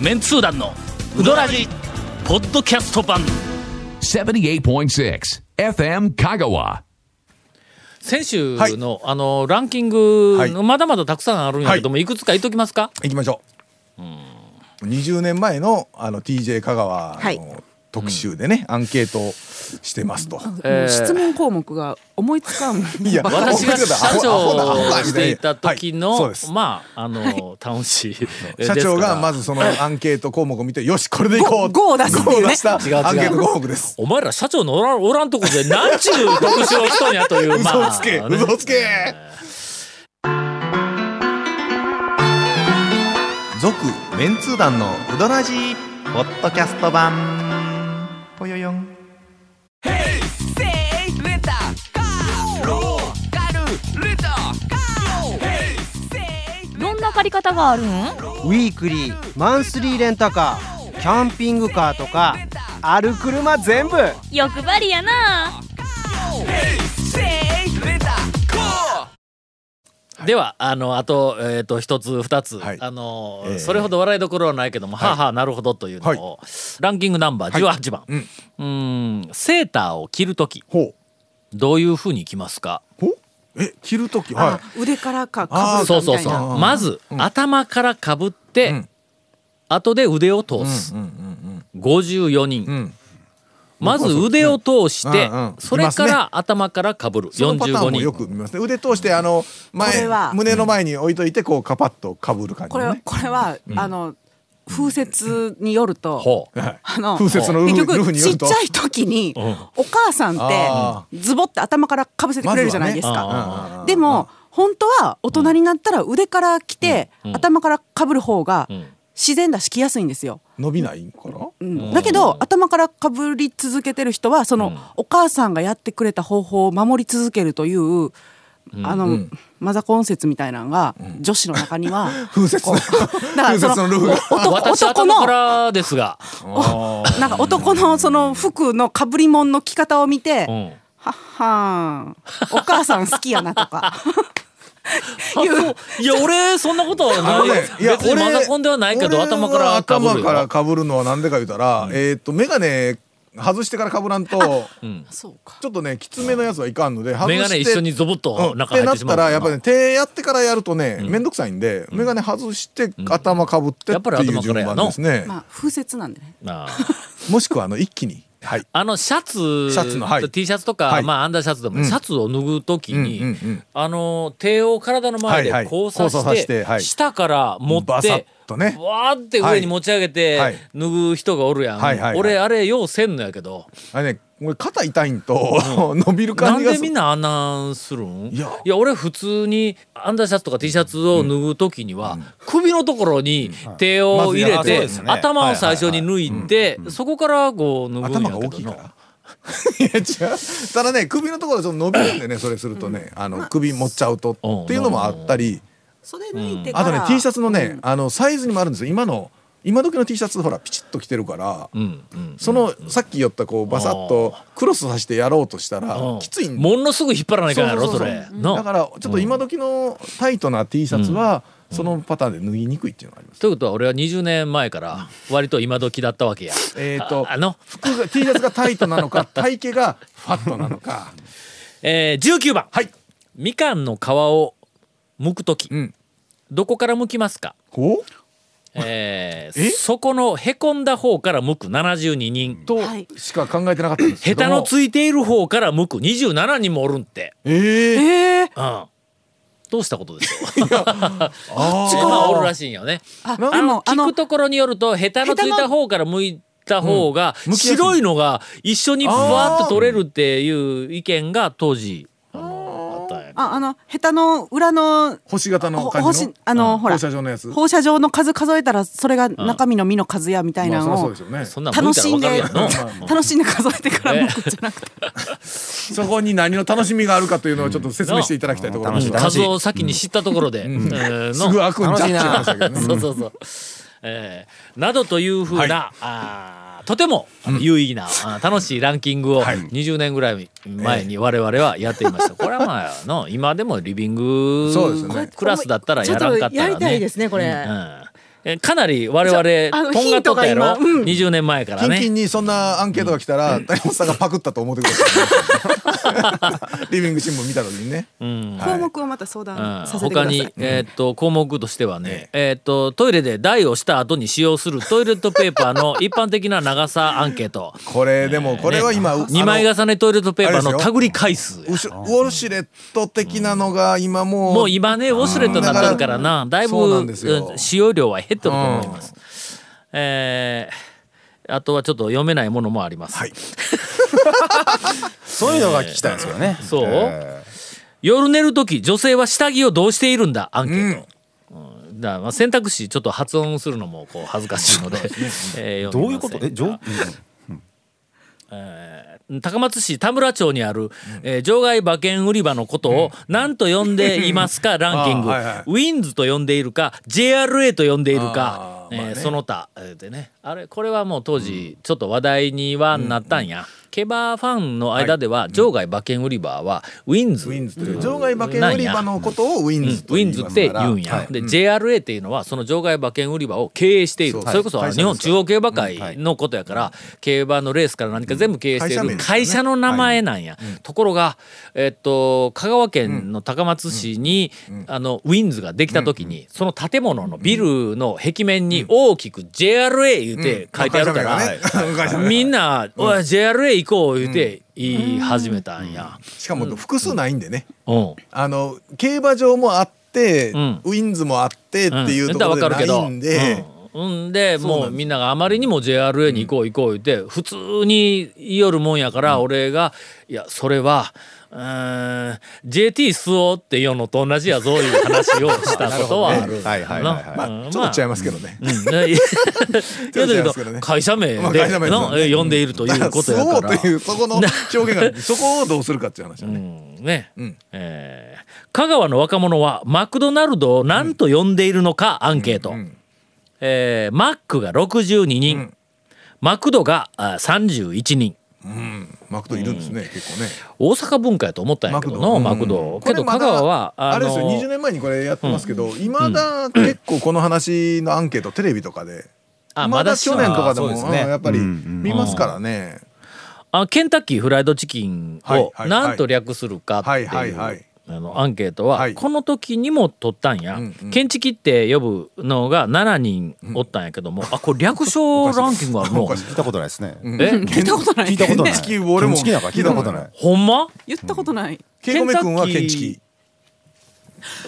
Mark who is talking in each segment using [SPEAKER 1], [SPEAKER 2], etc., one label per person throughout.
[SPEAKER 1] メンツー団のウドラジポッドキャスト版
[SPEAKER 2] 78.6 FM Kagawa.
[SPEAKER 3] 先週
[SPEAKER 4] はい
[SPEAKER 3] の、あのランキング、
[SPEAKER 4] はい
[SPEAKER 3] まだまだたくさんあるんやけども、い、くつか言っときますか
[SPEAKER 4] 行きましょう。20年前のあの TJ 香川
[SPEAKER 5] はい
[SPEAKER 4] の特集でね、アンケートをしてますと。
[SPEAKER 3] えー
[SPEAKER 5] 質問項目が思いつかん
[SPEAKER 4] いや
[SPEAKER 5] ばっかり
[SPEAKER 3] 私が社長をしていた時の、
[SPEAKER 4] はいそうです
[SPEAKER 3] まああの、楽しい
[SPEAKER 4] 社長がま
[SPEAKER 3] ず
[SPEAKER 4] ずそのアンケート項目を見て、よしこれでいこう。
[SPEAKER 5] ごごを出すっていうね
[SPEAKER 4] ごを出したアン
[SPEAKER 3] 違う違う
[SPEAKER 4] ケート項目です。
[SPEAKER 3] お前ら社長のおらんおらんとこで何ちゅう特集をしとんやというま
[SPEAKER 4] 嘘
[SPEAKER 3] あ
[SPEAKER 4] つけ、
[SPEAKER 3] ね
[SPEAKER 4] 嘘つけ。
[SPEAKER 6] 続メンツー団のウドラジーポッドキャスト版ぽよよん
[SPEAKER 7] どんな借り方があるん
[SPEAKER 8] ウィークリーマンスリーレンタカーキャンピングカーとかある車全部
[SPEAKER 7] 欲張りやな
[SPEAKER 3] ではあのあと,、えー、と一つ二つ、
[SPEAKER 4] はい
[SPEAKER 3] あの
[SPEAKER 4] えー
[SPEAKER 3] それほど笑いどころはないけども、はあはあなるほどというのを、ランキングナンバー18番、
[SPEAKER 4] うん
[SPEAKER 3] うーんセーターを着る時
[SPEAKER 4] ほう。
[SPEAKER 3] どういうふうに着ますか
[SPEAKER 4] ほうえ、着る時
[SPEAKER 5] あ
[SPEAKER 4] は
[SPEAKER 5] 腕からかかぶ
[SPEAKER 3] そ
[SPEAKER 5] る
[SPEAKER 3] う
[SPEAKER 5] か
[SPEAKER 3] そ
[SPEAKER 5] み
[SPEAKER 3] う
[SPEAKER 5] たい
[SPEAKER 3] そ
[SPEAKER 5] な
[SPEAKER 3] うまず、頭からかぶって、
[SPEAKER 4] ん
[SPEAKER 3] 後で腕を通す、54人、
[SPEAKER 4] い。うん。
[SPEAKER 3] まず腕を通して、
[SPEAKER 4] うんうん
[SPEAKER 3] それか
[SPEAKER 4] います
[SPEAKER 3] ら頭からかぶる
[SPEAKER 4] そのパター
[SPEAKER 3] 45
[SPEAKER 4] ンもよ
[SPEAKER 3] 人
[SPEAKER 4] く見ますね。腕通してあの
[SPEAKER 5] こ
[SPEAKER 4] 前
[SPEAKER 5] れは
[SPEAKER 4] 胸の前に置いといてこうカパッと被る感じ
[SPEAKER 5] こ
[SPEAKER 4] の
[SPEAKER 5] れ
[SPEAKER 4] ね。
[SPEAKER 5] これは、あの風説によると、
[SPEAKER 3] ほう
[SPEAKER 5] あの
[SPEAKER 4] 風雪のル
[SPEAKER 5] 結
[SPEAKER 4] フルフ
[SPEAKER 5] 局
[SPEAKER 4] によ
[SPEAKER 5] ちっ
[SPEAKER 4] る
[SPEAKER 5] ち
[SPEAKER 4] と
[SPEAKER 5] ゃい時にお母さん
[SPEAKER 4] あ
[SPEAKER 5] ってズボって頭からかぶせてくれるじゃないです
[SPEAKER 3] まずはね
[SPEAKER 5] か。
[SPEAKER 4] あー
[SPEAKER 5] でも本当は大人になったら腕から来て、頭からかぶる方が
[SPEAKER 3] ん
[SPEAKER 5] 自然だし着やすいんですよ。
[SPEAKER 4] 伸びないんから。
[SPEAKER 5] うんだけど頭からかぶり続けてる人はその、お母さんがやってくれた方法を守り続けるという、あの、マザコン説みたいなのが、女子の中には
[SPEAKER 4] 風雪の
[SPEAKER 5] だからそ
[SPEAKER 4] 風雪のルフが
[SPEAKER 5] お男
[SPEAKER 3] 私
[SPEAKER 5] 男
[SPEAKER 3] 頭か
[SPEAKER 5] の
[SPEAKER 3] らですが、
[SPEAKER 5] なんか男のその服のかぶりもんの着方を見て、
[SPEAKER 3] うん
[SPEAKER 5] はっはーんお母さん好きやなとか
[SPEAKER 3] あそういや俺そんなことは
[SPEAKER 4] あ
[SPEAKER 3] な
[SPEAKER 4] の
[SPEAKER 3] い,、
[SPEAKER 4] ねいや
[SPEAKER 3] 別にマザコンではないけど
[SPEAKER 4] 俺
[SPEAKER 3] 頭からかぶる
[SPEAKER 4] 頭
[SPEAKER 3] よ
[SPEAKER 4] から被るのはなんでか言うたら、えーっと眼鏡外してから被らんと
[SPEAKER 5] そうか
[SPEAKER 4] ちょっとねきつめのやつはいかんので外して
[SPEAKER 3] 眼鏡一緒にゾブッ
[SPEAKER 4] うん
[SPEAKER 3] と
[SPEAKER 4] っ
[SPEAKER 3] 中
[SPEAKER 4] て
[SPEAKER 3] 入っ
[SPEAKER 4] なって
[SPEAKER 3] しま
[SPEAKER 4] た
[SPEAKER 3] う
[SPEAKER 4] らやっぱね手やってからやるとね面倒くさいんで眼鏡外して頭被って
[SPEAKER 3] や
[SPEAKER 4] っ
[SPEAKER 3] ってぱり
[SPEAKER 4] いう
[SPEAKER 3] 頭から
[SPEAKER 4] 順
[SPEAKER 3] やの
[SPEAKER 4] 番ですね、
[SPEAKER 5] まあ風説なんでね
[SPEAKER 3] なあ
[SPEAKER 4] もしくはあの一気にはい
[SPEAKER 3] あのシャツ
[SPEAKER 4] シャツのはい
[SPEAKER 3] T シャツとか、
[SPEAKER 4] はい
[SPEAKER 3] まあ、アンダーシャツでも、シャツを脱ぐ時に、
[SPEAKER 4] うんうんうん
[SPEAKER 3] あの手を体の前で
[SPEAKER 4] はいはい
[SPEAKER 3] 交差して,、
[SPEAKER 4] 交差さしてはい
[SPEAKER 3] 下から持って
[SPEAKER 4] バサッとね
[SPEAKER 3] わーって上に持ち上げて、
[SPEAKER 4] はい
[SPEAKER 3] 脱ぐ人がおるやん、
[SPEAKER 4] はいはいはい
[SPEAKER 3] 俺あれようせんのやけど
[SPEAKER 4] あれね俺肩痛いんと 伸びる
[SPEAKER 3] な
[SPEAKER 4] 感
[SPEAKER 3] ん
[SPEAKER 4] じが
[SPEAKER 3] ですみんなあんなんするん
[SPEAKER 4] いや
[SPEAKER 3] 俺普通にアンダーシャツとか T シャツを脱ぐ時には、首のところに手を入れ
[SPEAKER 6] まずや
[SPEAKER 3] て、
[SPEAKER 6] そうですね
[SPEAKER 3] 頭を最初に脱いで、そこからこう脱ぐんやけど
[SPEAKER 4] 頭
[SPEAKER 3] な
[SPEAKER 4] が大きいから。 いや違うただね首のところちょっと伸びるんでねそれするとねあの首持っちゃうと
[SPEAKER 3] うん
[SPEAKER 4] っていうのもあったり
[SPEAKER 5] 袖抜いてか
[SPEAKER 4] あと
[SPEAKER 5] ら、
[SPEAKER 4] ね T シャツのねあのサイズにもあるんですよ今の今時の T シャツほらピチッと着てるから
[SPEAKER 3] うんうん
[SPEAKER 4] そのさっき言ったこうバサッとクロスさしてやろうとしたら
[SPEAKER 3] うん
[SPEAKER 4] きついん
[SPEAKER 3] ものすぐ引っ張らないかんやろ
[SPEAKER 4] そう
[SPEAKER 3] そ
[SPEAKER 4] そうそう
[SPEAKER 3] れ
[SPEAKER 4] だ
[SPEAKER 3] の
[SPEAKER 4] からちょっと今時のタイトな T シャツはそのパターンで脱ぎにくいっていうのがあります
[SPEAKER 3] ということは俺は20年前から割と今時だったわけや
[SPEAKER 4] えーと
[SPEAKER 3] ああの、
[SPEAKER 4] 服が T シャツがタイトな のか体型がファットなのか
[SPEAKER 3] えー、19番
[SPEAKER 4] はい
[SPEAKER 3] みかんの皮を剥く時
[SPEAKER 4] うん
[SPEAKER 3] どこから剥きますか
[SPEAKER 4] こ
[SPEAKER 3] えー
[SPEAKER 4] え
[SPEAKER 3] そこのへこんだ方から剥く72人
[SPEAKER 4] うと
[SPEAKER 5] はい
[SPEAKER 4] しか考えてなかったんです
[SPEAKER 3] 下
[SPEAKER 4] けど
[SPEAKER 3] 手
[SPEAKER 4] も
[SPEAKER 3] のついている方から剥く27人もおるんって
[SPEAKER 4] ええ
[SPEAKER 5] えー、
[SPEAKER 3] うんどうしたことでしょう ま
[SPEAKER 4] あ
[SPEAKER 3] あおるらしいんよね
[SPEAKER 5] あ
[SPEAKER 3] あ
[SPEAKER 5] で
[SPEAKER 3] の
[SPEAKER 5] もあ
[SPEAKER 3] 聞
[SPEAKER 5] の
[SPEAKER 3] くところによると下手のついた方から向いた方が
[SPEAKER 4] うん向きやすい
[SPEAKER 3] 白いのが一緒にバーッと取れるっていう意見が当時あのあったんや
[SPEAKER 5] ああのヘタの裏の
[SPEAKER 4] 星型の
[SPEAKER 5] ほ
[SPEAKER 4] 感じ
[SPEAKER 5] 星あの、
[SPEAKER 4] の
[SPEAKER 5] ほら
[SPEAKER 4] 放射状のやつ
[SPEAKER 5] 放射状の数数えたらそれが中身の実の数やみたい
[SPEAKER 4] まあ
[SPEAKER 5] な
[SPEAKER 4] そりゃ
[SPEAKER 5] の
[SPEAKER 4] そう
[SPEAKER 5] を
[SPEAKER 4] ですよね
[SPEAKER 3] そ
[SPEAKER 4] そ
[SPEAKER 3] んなん向
[SPEAKER 5] 楽
[SPEAKER 3] いたら
[SPEAKER 5] しん
[SPEAKER 3] わかる
[SPEAKER 5] で
[SPEAKER 3] やんの
[SPEAKER 5] 楽しんで数えてから
[SPEAKER 3] ね
[SPEAKER 5] 向くんじゃ なくて
[SPEAKER 4] こに何の楽しみがあるかというのをちょっと説明していただきたいところなんですけど
[SPEAKER 3] 数を先に知ったところで、えーの
[SPEAKER 4] すぐ開くんじゃって言ってましたけどね
[SPEAKER 3] そうそうそう。えーなどというふうな、あーとても有意義な、あー楽しいランキングを
[SPEAKER 4] はい
[SPEAKER 3] 20年ぐらい前に我々はやっていました。これはまあ の今でもリビン
[SPEAKER 4] そうですよ
[SPEAKER 3] グ
[SPEAKER 4] ね
[SPEAKER 3] クラスだったらやらんかったらね。
[SPEAKER 9] ちょっとやりたいですねこれ
[SPEAKER 3] うんえーかなり我
[SPEAKER 5] あ
[SPEAKER 3] 々
[SPEAKER 5] の
[SPEAKER 3] とんがっとったやろ、
[SPEAKER 5] ヒントが今うん
[SPEAKER 3] 20年前から
[SPEAKER 4] キン
[SPEAKER 3] ね
[SPEAKER 4] キンにそんなアンケートが来たら、 谷本さんがパクったと思ってください。リ ビング新聞見た時にね。はい
[SPEAKER 5] 項目をまた相
[SPEAKER 3] うん
[SPEAKER 5] 談させてくだ
[SPEAKER 3] 他
[SPEAKER 5] さい、
[SPEAKER 3] に、えーっと項目としてはね、えーっとトイレで台をした後に使用する トイレットペーパーの一般的な長さアンケート
[SPEAKER 4] これでもこれは今、あの
[SPEAKER 3] 2枚重ねトイレットペーパー
[SPEAKER 4] あ
[SPEAKER 3] の
[SPEAKER 4] れです
[SPEAKER 3] 手
[SPEAKER 4] よ
[SPEAKER 3] 繰り回数や
[SPEAKER 4] ウシュウォシュレット的なのが今もう
[SPEAKER 3] もう今ねウォシュレットになってるからなだいぶ
[SPEAKER 4] そうなんですよ
[SPEAKER 3] うん使用量は減ってると思います、えーあとはちょっと読めないものもあります、
[SPEAKER 4] はい
[SPEAKER 9] そういうのが聞きたいんですよね。
[SPEAKER 3] そう、夜寝る時女性は下着をどうしているんだアンケート、うんだからまあ選択肢ちょっと発音するのもこう恥ずかしいので、えー読みません
[SPEAKER 9] どういうことえ、上、うん
[SPEAKER 3] 高松市田村町にある、えー場外馬券売り場のことを何と呼んでいますかランキング、
[SPEAKER 4] あーはいはい
[SPEAKER 3] ウィンズと呼んでいるか JRA と呼んでいるか、えーその他えーでねあれこれはもう当時ちょっと話題にはなったんや、ケバーファンの間では場外馬券売り場はウィンズ、
[SPEAKER 4] ウィンズという場外馬券売り場のことをウィ
[SPEAKER 3] うん
[SPEAKER 4] ン
[SPEAKER 3] ウ
[SPEAKER 4] ズと
[SPEAKER 3] ィンズって言うん
[SPEAKER 4] います
[SPEAKER 3] や、
[SPEAKER 4] からはい
[SPEAKER 3] で JRA っていうのはその場外馬券売り場を経営している
[SPEAKER 4] そう
[SPEAKER 3] それこそあ
[SPEAKER 4] は
[SPEAKER 3] の
[SPEAKER 4] い
[SPEAKER 3] 日本
[SPEAKER 4] 会社です
[SPEAKER 3] 中央競馬会のことやから、競馬のレースから何か全部経営してい
[SPEAKER 4] うん
[SPEAKER 3] る
[SPEAKER 4] 会社名ですよね
[SPEAKER 3] 会社の名前なんや、ところが、えっと、香川県の高松市に、あのウィンズができた時に、その建物のビルの壁面に大きく JRA 言うて書いてあるから、
[SPEAKER 4] 会社名 がね会社名が
[SPEAKER 3] みんな「おい JRA 行こう」言うて言い始めたんや。
[SPEAKER 4] しかも複数ないんでね、
[SPEAKER 3] うん
[SPEAKER 4] あの競馬場もあって、
[SPEAKER 3] うん
[SPEAKER 4] ウィンズもあってっていうところでないんで、
[SPEAKER 3] うんうんでもうみんながあまりにも JRA に行こう行こう言って普通に言いよるもんやから俺が「いやそれはうーん JT 吸おう」って言うのと同じやぞいう話をしたこと はある。
[SPEAKER 9] はいはいはいはい。
[SPEAKER 4] まあちょっと違いますけどね、
[SPEAKER 3] うん、ねいや
[SPEAKER 4] ちょっと違
[SPEAKER 3] だ
[SPEAKER 4] い
[SPEAKER 3] け
[SPEAKER 4] ますけど
[SPEAKER 3] ど
[SPEAKER 4] ね
[SPEAKER 3] 会社名で
[SPEAKER 4] まあ会社名ですよ
[SPEAKER 3] なえ呼んでいるということや
[SPEAKER 4] そ
[SPEAKER 3] か
[SPEAKER 4] うと
[SPEAKER 3] ら。
[SPEAKER 4] いうそこの表 現がそこをどうするかっていう話だね、
[SPEAKER 3] うんね、
[SPEAKER 4] ん
[SPEAKER 3] えー香川の若者はマクドナルドを何と呼んでいるのかアンケート、えーマックが62人、マクドがあ31人
[SPEAKER 4] マクドいるんですね、結構ね
[SPEAKER 3] 大阪文化やと思ったんやけどなマ
[SPEAKER 4] マ
[SPEAKER 3] ク
[SPEAKER 4] ク
[SPEAKER 3] ド,、けど
[SPEAKER 4] こ
[SPEAKER 3] 香
[SPEAKER 4] れまだ
[SPEAKER 3] 川は
[SPEAKER 4] あれですよ
[SPEAKER 3] の
[SPEAKER 4] 20年前にこれやってますけどいま、未だ結構この話のアンケートテレビとかで、
[SPEAKER 3] あ
[SPEAKER 4] ま
[SPEAKER 3] まだ
[SPEAKER 4] だ去年とかでも
[SPEAKER 9] あそうですね
[SPEAKER 4] うんやっぱり見ますからね、
[SPEAKER 3] あケンタッキーフライドチキン
[SPEAKER 4] はいはい
[SPEAKER 3] を
[SPEAKER 4] はい
[SPEAKER 3] 何と略するかっていう、
[SPEAKER 4] はいはいはい
[SPEAKER 3] あのアンケートは、
[SPEAKER 4] はい
[SPEAKER 3] この時にも取ったんや、
[SPEAKER 4] うんうん
[SPEAKER 3] ケンチキって呼ぶのが7人おったんやけども、あこれ略称ランキングあるの
[SPEAKER 4] おかしい
[SPEAKER 9] 聞いたことないですね。
[SPEAKER 3] え
[SPEAKER 5] 聞いたことない
[SPEAKER 9] 聞いたことない。
[SPEAKER 4] 建築俺も
[SPEAKER 9] 建築なんか聞いたことない。
[SPEAKER 3] ほんま
[SPEAKER 5] 言ったことない、
[SPEAKER 4] ケイコメ君は建築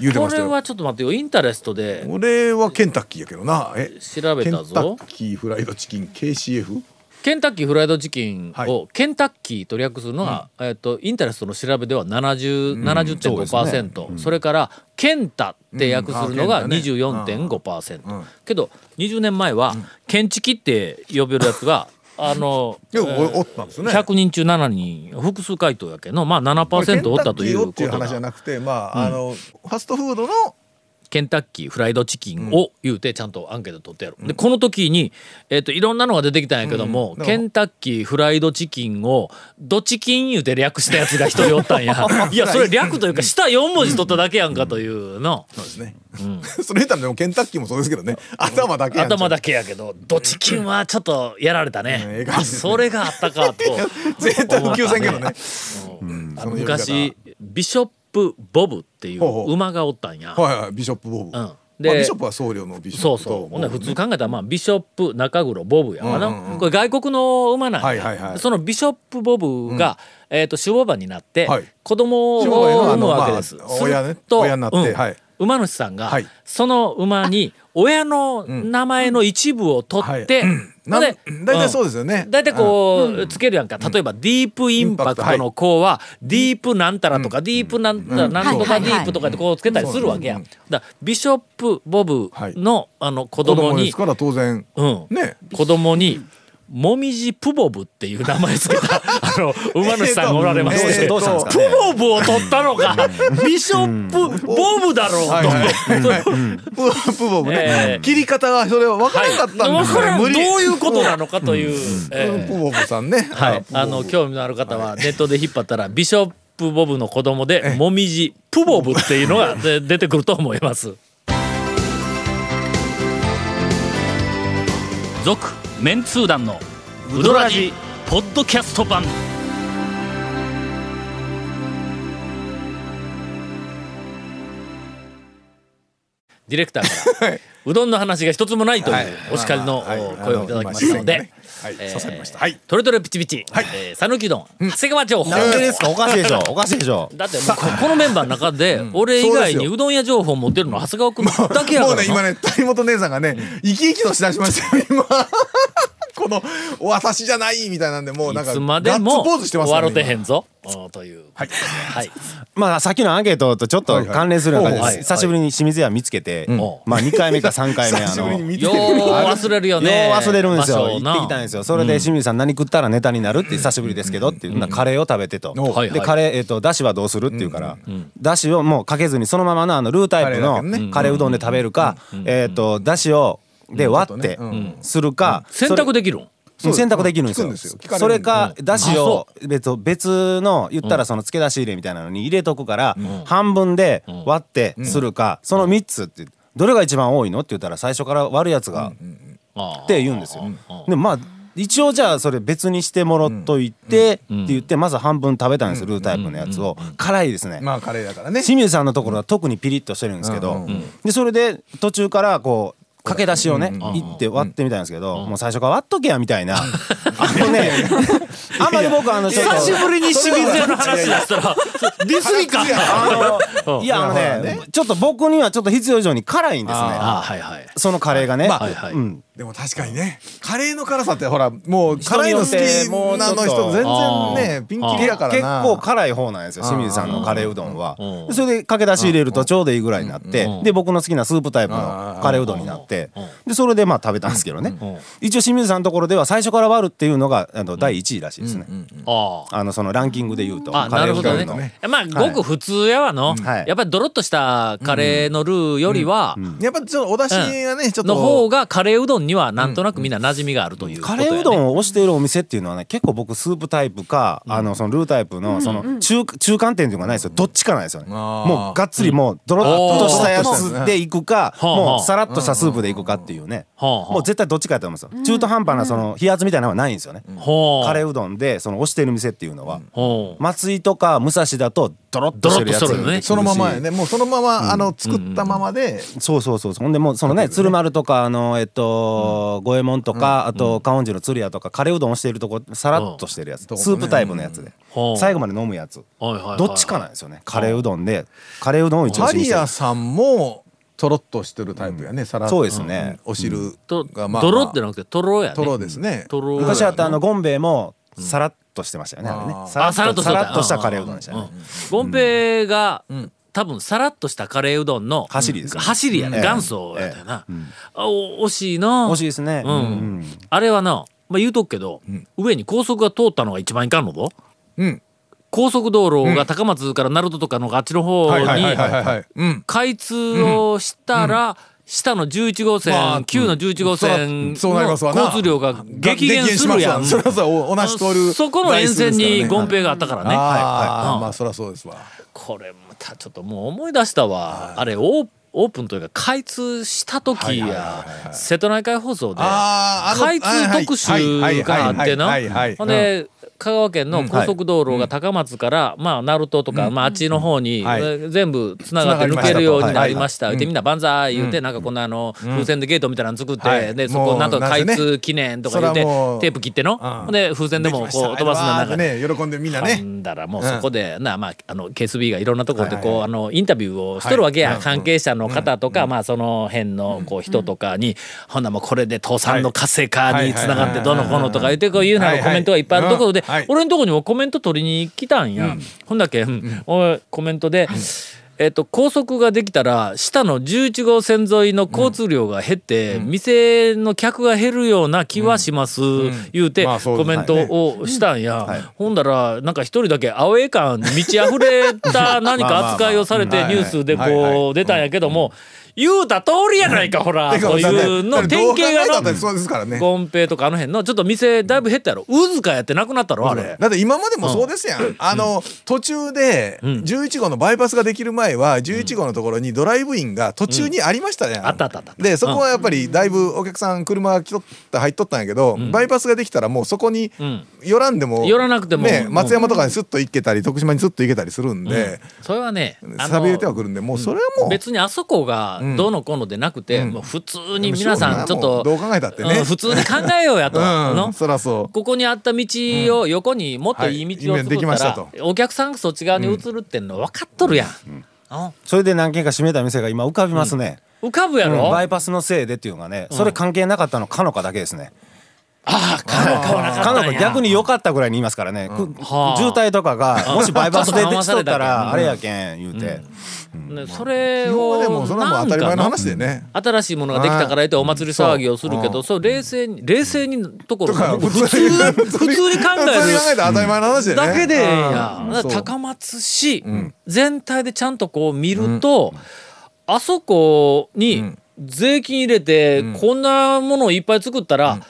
[SPEAKER 4] 言うて
[SPEAKER 3] こ
[SPEAKER 4] ました
[SPEAKER 3] れ
[SPEAKER 4] よ
[SPEAKER 3] はちょっと待ってよインタレストで
[SPEAKER 4] 俺はケンタッキーやけどなえ
[SPEAKER 3] 調べ
[SPEAKER 4] ケンタ
[SPEAKER 3] たぞ
[SPEAKER 4] ッキーフライドチキン KCF
[SPEAKER 3] ケンタッキーフライドチキン
[SPEAKER 4] は
[SPEAKER 3] をケンタッキーと略するのが、えっとインタレストの調べでは70 70.5%、それからケンタって訳するの
[SPEAKER 4] う
[SPEAKER 3] が
[SPEAKER 4] んあケン
[SPEAKER 3] 24.5%、
[SPEAKER 4] うんうん
[SPEAKER 3] けど20年前は、ケンチキって呼べるやつ があの、
[SPEAKER 4] でも
[SPEAKER 3] えー
[SPEAKER 4] おおったんですね
[SPEAKER 3] 100人中7人複数回答やけのまあ7%おったという
[SPEAKER 4] これケンタッキーを
[SPEAKER 3] こ
[SPEAKER 4] ってい
[SPEAKER 3] と
[SPEAKER 4] う
[SPEAKER 3] だ
[SPEAKER 4] 話じゃなくてまああのファストフードの
[SPEAKER 3] ケンタッキーフライドチキンを言うてちゃんとアンケート取ってやる、でこの時に、えっといろんなのが出てきたんやけども、
[SPEAKER 4] うん
[SPEAKER 3] ケンタッキーフライドチキンをドチキン言うて略したやつが一人おったんや いやそれ略というか下4文字取っただけやんかというの、
[SPEAKER 4] そうですね それ言ったらでもケンタッキーもそうですけどね頭だけやん
[SPEAKER 3] 頭だけやけどドチキンはちょっとやられた
[SPEAKER 4] うんえ
[SPEAKER 3] ね
[SPEAKER 4] え、感
[SPEAKER 3] あ
[SPEAKER 4] じですね
[SPEAKER 3] それがあったかと
[SPEAKER 4] 絶対普及せんけどね
[SPEAKER 3] あ
[SPEAKER 4] その
[SPEAKER 3] の
[SPEAKER 4] 呼び方
[SPEAKER 3] 昔ビショップ・ボブってい
[SPEAKER 4] ほうほ
[SPEAKER 3] う
[SPEAKER 4] う
[SPEAKER 3] 馬がおったんや。
[SPEAKER 4] はいはいビショップボブ、
[SPEAKER 3] んで
[SPEAKER 4] でビショップは僧侶のビシ
[SPEAKER 3] そ
[SPEAKER 4] ョッ
[SPEAKER 3] う
[SPEAKER 4] プ
[SPEAKER 3] そ
[SPEAKER 4] と
[SPEAKER 3] うほんなら普通考えたらまあビショップ中黒ボブやわな、
[SPEAKER 4] うんうんうん
[SPEAKER 3] これ外国の馬なんや、
[SPEAKER 4] はいはいはい
[SPEAKER 3] そのビショップボブが、えー、と守護馬になって
[SPEAKER 4] はい
[SPEAKER 3] 子供を
[SPEAKER 4] 守護馬の
[SPEAKER 3] 産
[SPEAKER 4] あ
[SPEAKER 3] む
[SPEAKER 4] の
[SPEAKER 3] わけです。
[SPEAKER 4] まあ
[SPEAKER 3] すると
[SPEAKER 4] 親ね親になって
[SPEAKER 3] うん
[SPEAKER 4] はい
[SPEAKER 3] 馬主さんが、
[SPEAKER 4] はい
[SPEAKER 3] その馬に親の名前の一部を取って、
[SPEAKER 4] はいなん
[SPEAKER 3] で
[SPEAKER 4] 大体そうですよね
[SPEAKER 3] 大体こうつけるやんか例えばディープインパクトの子はディープなんたらとかディープなんたらなんとかディープとかってこうつけたりするわけやんだからビショップ・ボブのあの子
[SPEAKER 4] 子
[SPEAKER 3] 供
[SPEAKER 4] 供で
[SPEAKER 3] に
[SPEAKER 4] すから当然
[SPEAKER 3] うん
[SPEAKER 4] ね
[SPEAKER 3] 子供にもみじプボブっていう名前つけ たあの馬主さんがおられまして、
[SPEAKER 4] えーとどうしたんです
[SPEAKER 9] か
[SPEAKER 3] プ
[SPEAKER 9] ね
[SPEAKER 3] ボブを取ったのかビショップ・ボブだろうと。
[SPEAKER 4] はいはい ププボブね、
[SPEAKER 3] えー
[SPEAKER 4] 切り方がそれは分からなかったんですよ、
[SPEAKER 3] わからんど
[SPEAKER 4] 無
[SPEAKER 3] う
[SPEAKER 4] 理
[SPEAKER 3] いうことなのかという、えー
[SPEAKER 4] プボブさんね、
[SPEAKER 3] はい、あ
[SPEAKER 4] プボ
[SPEAKER 3] の
[SPEAKER 4] ブ
[SPEAKER 3] 興味のある方はネットで引っ張ったら、ビショップボブの子供でもみじプボブっていうのがで出てくると思います。
[SPEAKER 1] 続メンツー団のウドラジポッドキャスト版
[SPEAKER 3] ディレクターから、うどんの話が一つもないというお叱りの
[SPEAKER 4] はい
[SPEAKER 3] お声をいただきましたの
[SPEAKER 4] あの
[SPEAKER 3] で
[SPEAKER 4] 今、はい
[SPEAKER 3] えー
[SPEAKER 4] 刺さりましたはい
[SPEAKER 3] トレトレピチピチ、えー讃岐うどん、長谷川情報。
[SPEAKER 9] なんでですかおかしいでしょ おかしいでしょ
[SPEAKER 3] だってもうここのメンバーの中で、俺以外にうどん屋情報持ってるの長谷川君だけや
[SPEAKER 4] も
[SPEAKER 3] か
[SPEAKER 4] うね今
[SPEAKER 3] らな。
[SPEAKER 4] ね谷本姉さんがね生き生きとしだしまし たよ今この「私じゃない」みたいなんでもうなん
[SPEAKER 3] い
[SPEAKER 4] か
[SPEAKER 3] つまで
[SPEAKER 4] ガッ
[SPEAKER 3] も
[SPEAKER 4] ツポーズしてますから
[SPEAKER 3] 笑て
[SPEAKER 4] ね
[SPEAKER 3] へんぞ。うんという。はい。はい。
[SPEAKER 9] まあさっきのアンケートとちょっと関連するような感じ
[SPEAKER 3] はい
[SPEAKER 9] で
[SPEAKER 3] はい
[SPEAKER 9] す久しぶりに清水屋見つけて
[SPEAKER 3] ん
[SPEAKER 9] まあ2回目か3回目あ
[SPEAKER 4] 久しぶりに
[SPEAKER 9] の
[SPEAKER 4] 見て
[SPEAKER 3] よう忘れるよ
[SPEAKER 9] よ
[SPEAKER 3] ね。
[SPEAKER 9] う忘れるんですよ
[SPEAKER 3] 場所を
[SPEAKER 9] 行
[SPEAKER 3] な
[SPEAKER 9] ってきたんですよそれで清水さん何食ったらネタになるって久しぶりですけどっていうなカレーを食べてと
[SPEAKER 3] はいはい
[SPEAKER 9] でカレーえっとだしはどうするっていうからだしをもうかけずにそのままのあのルータイプの
[SPEAKER 4] カレーだけね
[SPEAKER 9] カレーうどんで食べるかえっとだしをで割ってするか
[SPEAKER 3] 選
[SPEAKER 9] それ
[SPEAKER 3] 択できるん
[SPEAKER 9] うん選択できるんで
[SPEAKER 4] 聞
[SPEAKER 9] す
[SPEAKER 4] くん
[SPEAKER 9] よ。
[SPEAKER 4] ですよ聞かれる
[SPEAKER 9] それか、だし
[SPEAKER 3] あ
[SPEAKER 9] を別を別の言ったらその付け出し入れみたいなのに入れとくから、半分で割ってするか、その3つってどれが一番多いのって言ったら最初から割るやつが
[SPEAKER 3] あ
[SPEAKER 9] っ
[SPEAKER 3] あ
[SPEAKER 9] て言うんですよ。でもまあ一応じゃあそれ別にしてもろっといてって言ってまず半分食べたんですルータイプのやつを辛いですね。
[SPEAKER 4] まあカレーだからね
[SPEAKER 9] 清水さんのところは特にピリッとしてるんですけど、でそれで途中からこう駆け出しをね、行って割ってみたんですけど、もう最初から割っとけやみたいな、あの ねあんまり僕あのちょっと
[SPEAKER 3] 久しぶりに清水屋の話出したら、ディスりか。
[SPEAKER 9] あのいやあのね、ちょっと僕にはちょっと必要以上に辛いんですね
[SPEAKER 3] ああ、はいはい。
[SPEAKER 9] そのカレーがね、
[SPEAKER 3] はいはい
[SPEAKER 9] うん、
[SPEAKER 4] でも確かにねカレーの辛さってほらもう辛いの好きなの人全然ねピンキリだから
[SPEAKER 9] 結
[SPEAKER 4] な
[SPEAKER 9] 構辛い方なんですよ清水さんのカレーうどんはそれでかけ出し入れるとちょうどいいぐらいになってで僕の好きなスープタイプのカレーうどんになってでそれでまあ食べたんですけどね一応清水さんのところでは最初から割るっていうのがあの第1位らしいですね
[SPEAKER 3] あ
[SPEAKER 9] あのそのランキングで言うと
[SPEAKER 3] あ。あ、
[SPEAKER 9] カ
[SPEAKER 3] な
[SPEAKER 9] レ
[SPEAKER 3] る
[SPEAKER 9] ー
[SPEAKER 3] ほ
[SPEAKER 9] うど
[SPEAKER 3] ど
[SPEAKER 9] ん
[SPEAKER 3] ね
[SPEAKER 9] の。
[SPEAKER 3] まあ、ごく普通やわの。
[SPEAKER 9] はい
[SPEAKER 3] やっぱりドロッとしたカレーのルーよりは、
[SPEAKER 4] やっぱちょっとお出汁がねちょっと
[SPEAKER 3] の方がカレーうどんにはなんとなくみんな馴染みがあるということ
[SPEAKER 9] カ
[SPEAKER 3] やね
[SPEAKER 9] レーうどんを推しているお店っていうのはね結構僕スープタイプか、あのそのルータイプのその中中間点っていうのがないですよどっちかないですよね
[SPEAKER 4] あー
[SPEAKER 9] もうがっつりもうドロッとしたやつでいくか
[SPEAKER 3] うん
[SPEAKER 9] もうさらっとしたスープでいくかっていうね
[SPEAKER 3] はあはあ
[SPEAKER 9] もう絶対どっちかやと思うんですよ中途半端なその冷圧みたいなのはないんですよね
[SPEAKER 3] ほう
[SPEAKER 9] カレーうどんでその推している店っていうのは
[SPEAKER 3] ほう
[SPEAKER 9] 松井とか武蔵だとドロッとしてるやつ
[SPEAKER 3] ドロッとしてるよね
[SPEAKER 4] そのままやねもうそのままあの作ったままで
[SPEAKER 9] そうそうそうそうほんでもうそのね鶴丸とかあのえっと五右衛門とかあと観音寺の鶴屋とかカレーうどんをしているとこさらっとしてるやつス
[SPEAKER 4] ん
[SPEAKER 9] ープタイプのやつで
[SPEAKER 3] うん
[SPEAKER 9] 最後まで飲むやつ
[SPEAKER 3] はいはいはい
[SPEAKER 9] どっちかなんですよねカレーうどんでカレーうどんを一応
[SPEAKER 4] ハ
[SPEAKER 9] 信
[SPEAKER 4] リ
[SPEAKER 9] じて
[SPEAKER 4] アさんもとろっとしてるタイプやねさらっと
[SPEAKER 9] そうですね
[SPEAKER 4] うんお汁
[SPEAKER 3] と
[SPEAKER 4] がまあ
[SPEAKER 3] ドロってなくてとろやね
[SPEAKER 4] とろですね
[SPEAKER 3] とろ
[SPEAKER 9] 昔あったあのゴンベイもさらっとしてましたよねあれね
[SPEAKER 3] あさらっとし
[SPEAKER 9] さ
[SPEAKER 3] た
[SPEAKER 9] らっとしたカレーうどんでしたね
[SPEAKER 3] ゴンペイが、多分さらっとしたカレーうどんの
[SPEAKER 9] 走りですね
[SPEAKER 3] 走りやね、
[SPEAKER 9] ええ
[SPEAKER 3] 元祖やったよな、あお惜しいな
[SPEAKER 9] 惜しいですね
[SPEAKER 3] うん
[SPEAKER 9] うん
[SPEAKER 3] あれはな、まあ、言うとくけど、上に高速が通ったのが一番いかんのぞ
[SPEAKER 4] うん
[SPEAKER 3] 高速道路が高松から鳴門とかのあっちの方
[SPEAKER 4] はいはいはいはい
[SPEAKER 3] に
[SPEAKER 4] はいはいうん
[SPEAKER 3] 開通をしたら下の11号
[SPEAKER 4] まあ
[SPEAKER 3] 線旧の11号線の
[SPEAKER 4] そらそうなりますわな
[SPEAKER 3] 交通量が激減するやん
[SPEAKER 4] 激減しますわそりゃそうおおなし通る
[SPEAKER 3] そこの沿線にゴンペイ
[SPEAKER 4] が
[SPEAKER 3] があったからね、
[SPEAKER 4] ね
[SPEAKER 3] はい
[SPEAKER 4] あ
[SPEAKER 3] う
[SPEAKER 4] あ
[SPEAKER 3] ん
[SPEAKER 4] まあそりゃそうですわ
[SPEAKER 3] これまたちょっともう思い出したわあれオーオープンというか開通した時や瀬戸内海放送で
[SPEAKER 4] あーあの
[SPEAKER 3] 開通特集があってな
[SPEAKER 4] はいはいはいはいはいはい
[SPEAKER 3] ほんで香川県の高速道路が高松からまあ鳴門とかまああっちの方に
[SPEAKER 4] はい
[SPEAKER 3] え全部つながって
[SPEAKER 4] つなが
[SPEAKER 3] 抜け
[SPEAKER 4] りましたと
[SPEAKER 3] るようになりました
[SPEAKER 4] はい
[SPEAKER 3] でみんな万歳言うてなんかこんなあの風船でゲートみたいなの作っ
[SPEAKER 4] は
[SPEAKER 3] て
[SPEAKER 4] い
[SPEAKER 3] でそこなんと
[SPEAKER 4] もう
[SPEAKER 3] か
[SPEAKER 4] な
[SPEAKER 3] 開
[SPEAKER 4] んせね
[SPEAKER 3] 通記念とか言うて
[SPEAKER 4] そらもう
[SPEAKER 3] テープ切っての
[SPEAKER 4] うん
[SPEAKER 3] ほんで風船でもこう飛ばすのなんか
[SPEAKER 4] ね喜んでみんな
[SPEAKER 3] 噛
[SPEAKER 4] ね
[SPEAKER 3] んだらもうそこで、なまああの KSB がいろんなところでこう、
[SPEAKER 4] はいは
[SPEAKER 3] あのインタビューをしとるわけや、
[SPEAKER 4] はい
[SPEAKER 3] 関係者の方とか、まあその辺のこう人とかに、ほんならもうこれで倒産の活性化につながってどうのこうのとか言ってこういうなのコメントがいっぱいあるところで、
[SPEAKER 4] はいはい
[SPEAKER 3] 俺のところにもコメント取りに来たんや、ほんだけ、うんおいコメントで。えっと、高速ができたら下の11号線沿いの交通量が減って、店の客が減るような気はします、言うて、
[SPEAKER 4] まあそう
[SPEAKER 3] コメント
[SPEAKER 4] はいね
[SPEAKER 3] をしたんや、ほんだらなんか一人だけアウェー感満ち溢れた何か扱いをされて
[SPEAKER 4] まあまあ
[SPEAKER 3] ニュースで
[SPEAKER 4] はいはいはいは
[SPEAKER 3] こう出たんやけども言うた通りやないかほら
[SPEAKER 4] てか
[SPEAKER 3] というの典型が
[SPEAKER 4] だってどう考えたって
[SPEAKER 3] の
[SPEAKER 4] そうですからね
[SPEAKER 3] ゴンペイとかあの辺のちょっと店だいぶ減ったやろうずかやってなくなったろあれ。
[SPEAKER 4] だって今までもそうですやん、あの途中で11号のバイパスができる前は11号のところにドライブインが途中にありましたね、
[SPEAKER 3] んあったあったあった
[SPEAKER 4] でそこはやっぱりだいぶお客さん車が来とった入っとったんやけど、バイパスができたらもうそこに
[SPEAKER 3] ん
[SPEAKER 4] 寄らんでも、
[SPEAKER 3] 寄らなくても
[SPEAKER 4] ね
[SPEAKER 3] うん
[SPEAKER 4] 松山とかにスッと行けたり徳島にスッと行けたりするんで、
[SPEAKER 3] それはねあの
[SPEAKER 4] 錆びれてはくるんでもうそれはもう、
[SPEAKER 3] 別にあそこがどうのこうのでなくて、もう普通に皆さんちょっ
[SPEAKER 4] も
[SPEAKER 3] と
[SPEAKER 4] うどう考えたってね
[SPEAKER 3] うん普通に考えようやと、
[SPEAKER 4] う
[SPEAKER 3] の
[SPEAKER 4] んそらそう
[SPEAKER 3] ここにあった道を横にもっといい道を
[SPEAKER 4] はい
[SPEAKER 3] 作っ
[SPEAKER 4] でき
[SPEAKER 3] た
[SPEAKER 4] ました
[SPEAKER 3] ら
[SPEAKER 4] と、
[SPEAKER 3] お客さんがそっち側に移るってんの分かっとるやん、あ
[SPEAKER 9] それで何軒か閉めた店が今浮かびますね、
[SPEAKER 3] 浮かぶやろ、
[SPEAKER 9] バイパスのせいでっていうのがね、それ関係なかったのかのかだけですね。
[SPEAKER 3] ああ買う買わなかった
[SPEAKER 9] か
[SPEAKER 3] ん
[SPEAKER 9] の
[SPEAKER 3] や
[SPEAKER 9] か逆に良かったぐらいに言いますからね。く
[SPEAKER 3] はあ
[SPEAKER 9] 渋滞とかがもしバイパスでできとったらあ
[SPEAKER 3] ち
[SPEAKER 9] れやけん言うて。
[SPEAKER 3] ねそれ
[SPEAKER 4] 今までも
[SPEAKER 3] を
[SPEAKER 4] うそれはもう当たり前の話でね、
[SPEAKER 3] 新しいものができたから言ってお祭り騒ぎをするけど、そう冷静に冷静にところが
[SPEAKER 4] とか
[SPEAKER 3] 普通普通に考
[SPEAKER 4] 普通に考
[SPEAKER 3] え
[SPEAKER 4] えたら当たり前の話で
[SPEAKER 3] る
[SPEAKER 4] ね
[SPEAKER 3] だけでええやんだから
[SPEAKER 4] そう
[SPEAKER 3] 高松市全体でちゃんとこう見ると、あそこに税金入れてこんなものをいっぱい作ったら、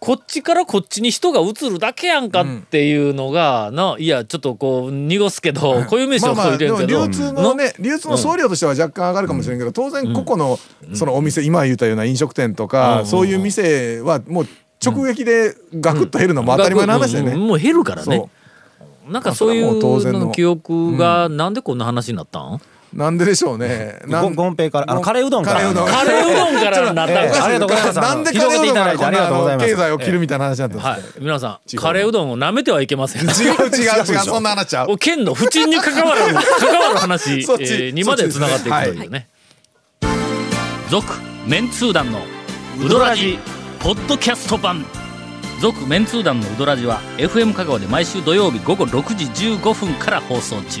[SPEAKER 3] こっちからこっちに人が移るだけやんかっていうのが、ないやちょっとこう濁すけど固有名詞
[SPEAKER 4] まあ
[SPEAKER 3] を
[SPEAKER 4] ま
[SPEAKER 3] そう
[SPEAKER 4] あ
[SPEAKER 3] 入れ
[SPEAKER 4] で
[SPEAKER 3] る
[SPEAKER 4] も
[SPEAKER 3] けど、
[SPEAKER 4] 流通のね流通の送料としては若干上がるかもしれんけど当然個々のそのお店今言ったような飲食店と
[SPEAKER 3] う
[SPEAKER 4] か
[SPEAKER 3] ん
[SPEAKER 4] そういう店はもう直撃でガクッと減るのも当たり前の話だよ
[SPEAKER 3] うん
[SPEAKER 4] ね。
[SPEAKER 3] もう減るからね
[SPEAKER 4] そ
[SPEAKER 3] なんかそうい
[SPEAKER 4] まあそれはも
[SPEAKER 3] う
[SPEAKER 4] う当然の
[SPEAKER 3] の記憶がなんでこんな話になったん、
[SPEAKER 4] うなんででしょうね。な
[SPEAKER 9] ゴ
[SPEAKER 4] ん
[SPEAKER 9] ンゴンペイからあのカレーうどんか
[SPEAKER 4] カレーうどん
[SPEAKER 9] ら。
[SPEAKER 3] カレーうどんからになっ
[SPEAKER 9] ええ
[SPEAKER 3] たんか
[SPEAKER 9] ありがとうございます。
[SPEAKER 4] なんでカレー
[SPEAKER 9] 広げ
[SPEAKER 4] うど
[SPEAKER 9] てい
[SPEAKER 4] んから
[SPEAKER 9] ただいて
[SPEAKER 4] こん
[SPEAKER 9] ありが
[SPEAKER 4] なあ
[SPEAKER 9] とうござい
[SPEAKER 4] の
[SPEAKER 9] ま
[SPEAKER 4] 経
[SPEAKER 9] す。
[SPEAKER 4] 済を切るみたいな話になってるん
[SPEAKER 3] はい
[SPEAKER 4] ですけど
[SPEAKER 3] 皆さんカレーうどんを舐めてはいけません
[SPEAKER 4] 違う違う違うそんな話ちゃう。
[SPEAKER 3] お県の不沈に関わる関わる話、え
[SPEAKER 4] そっち
[SPEAKER 3] ーにまでつながっていくというね
[SPEAKER 1] 続メンツー団のウドラジポッドキャスト版続メンツー団のウドラジは FM 香川で毎週土曜日午後6時15分から放送中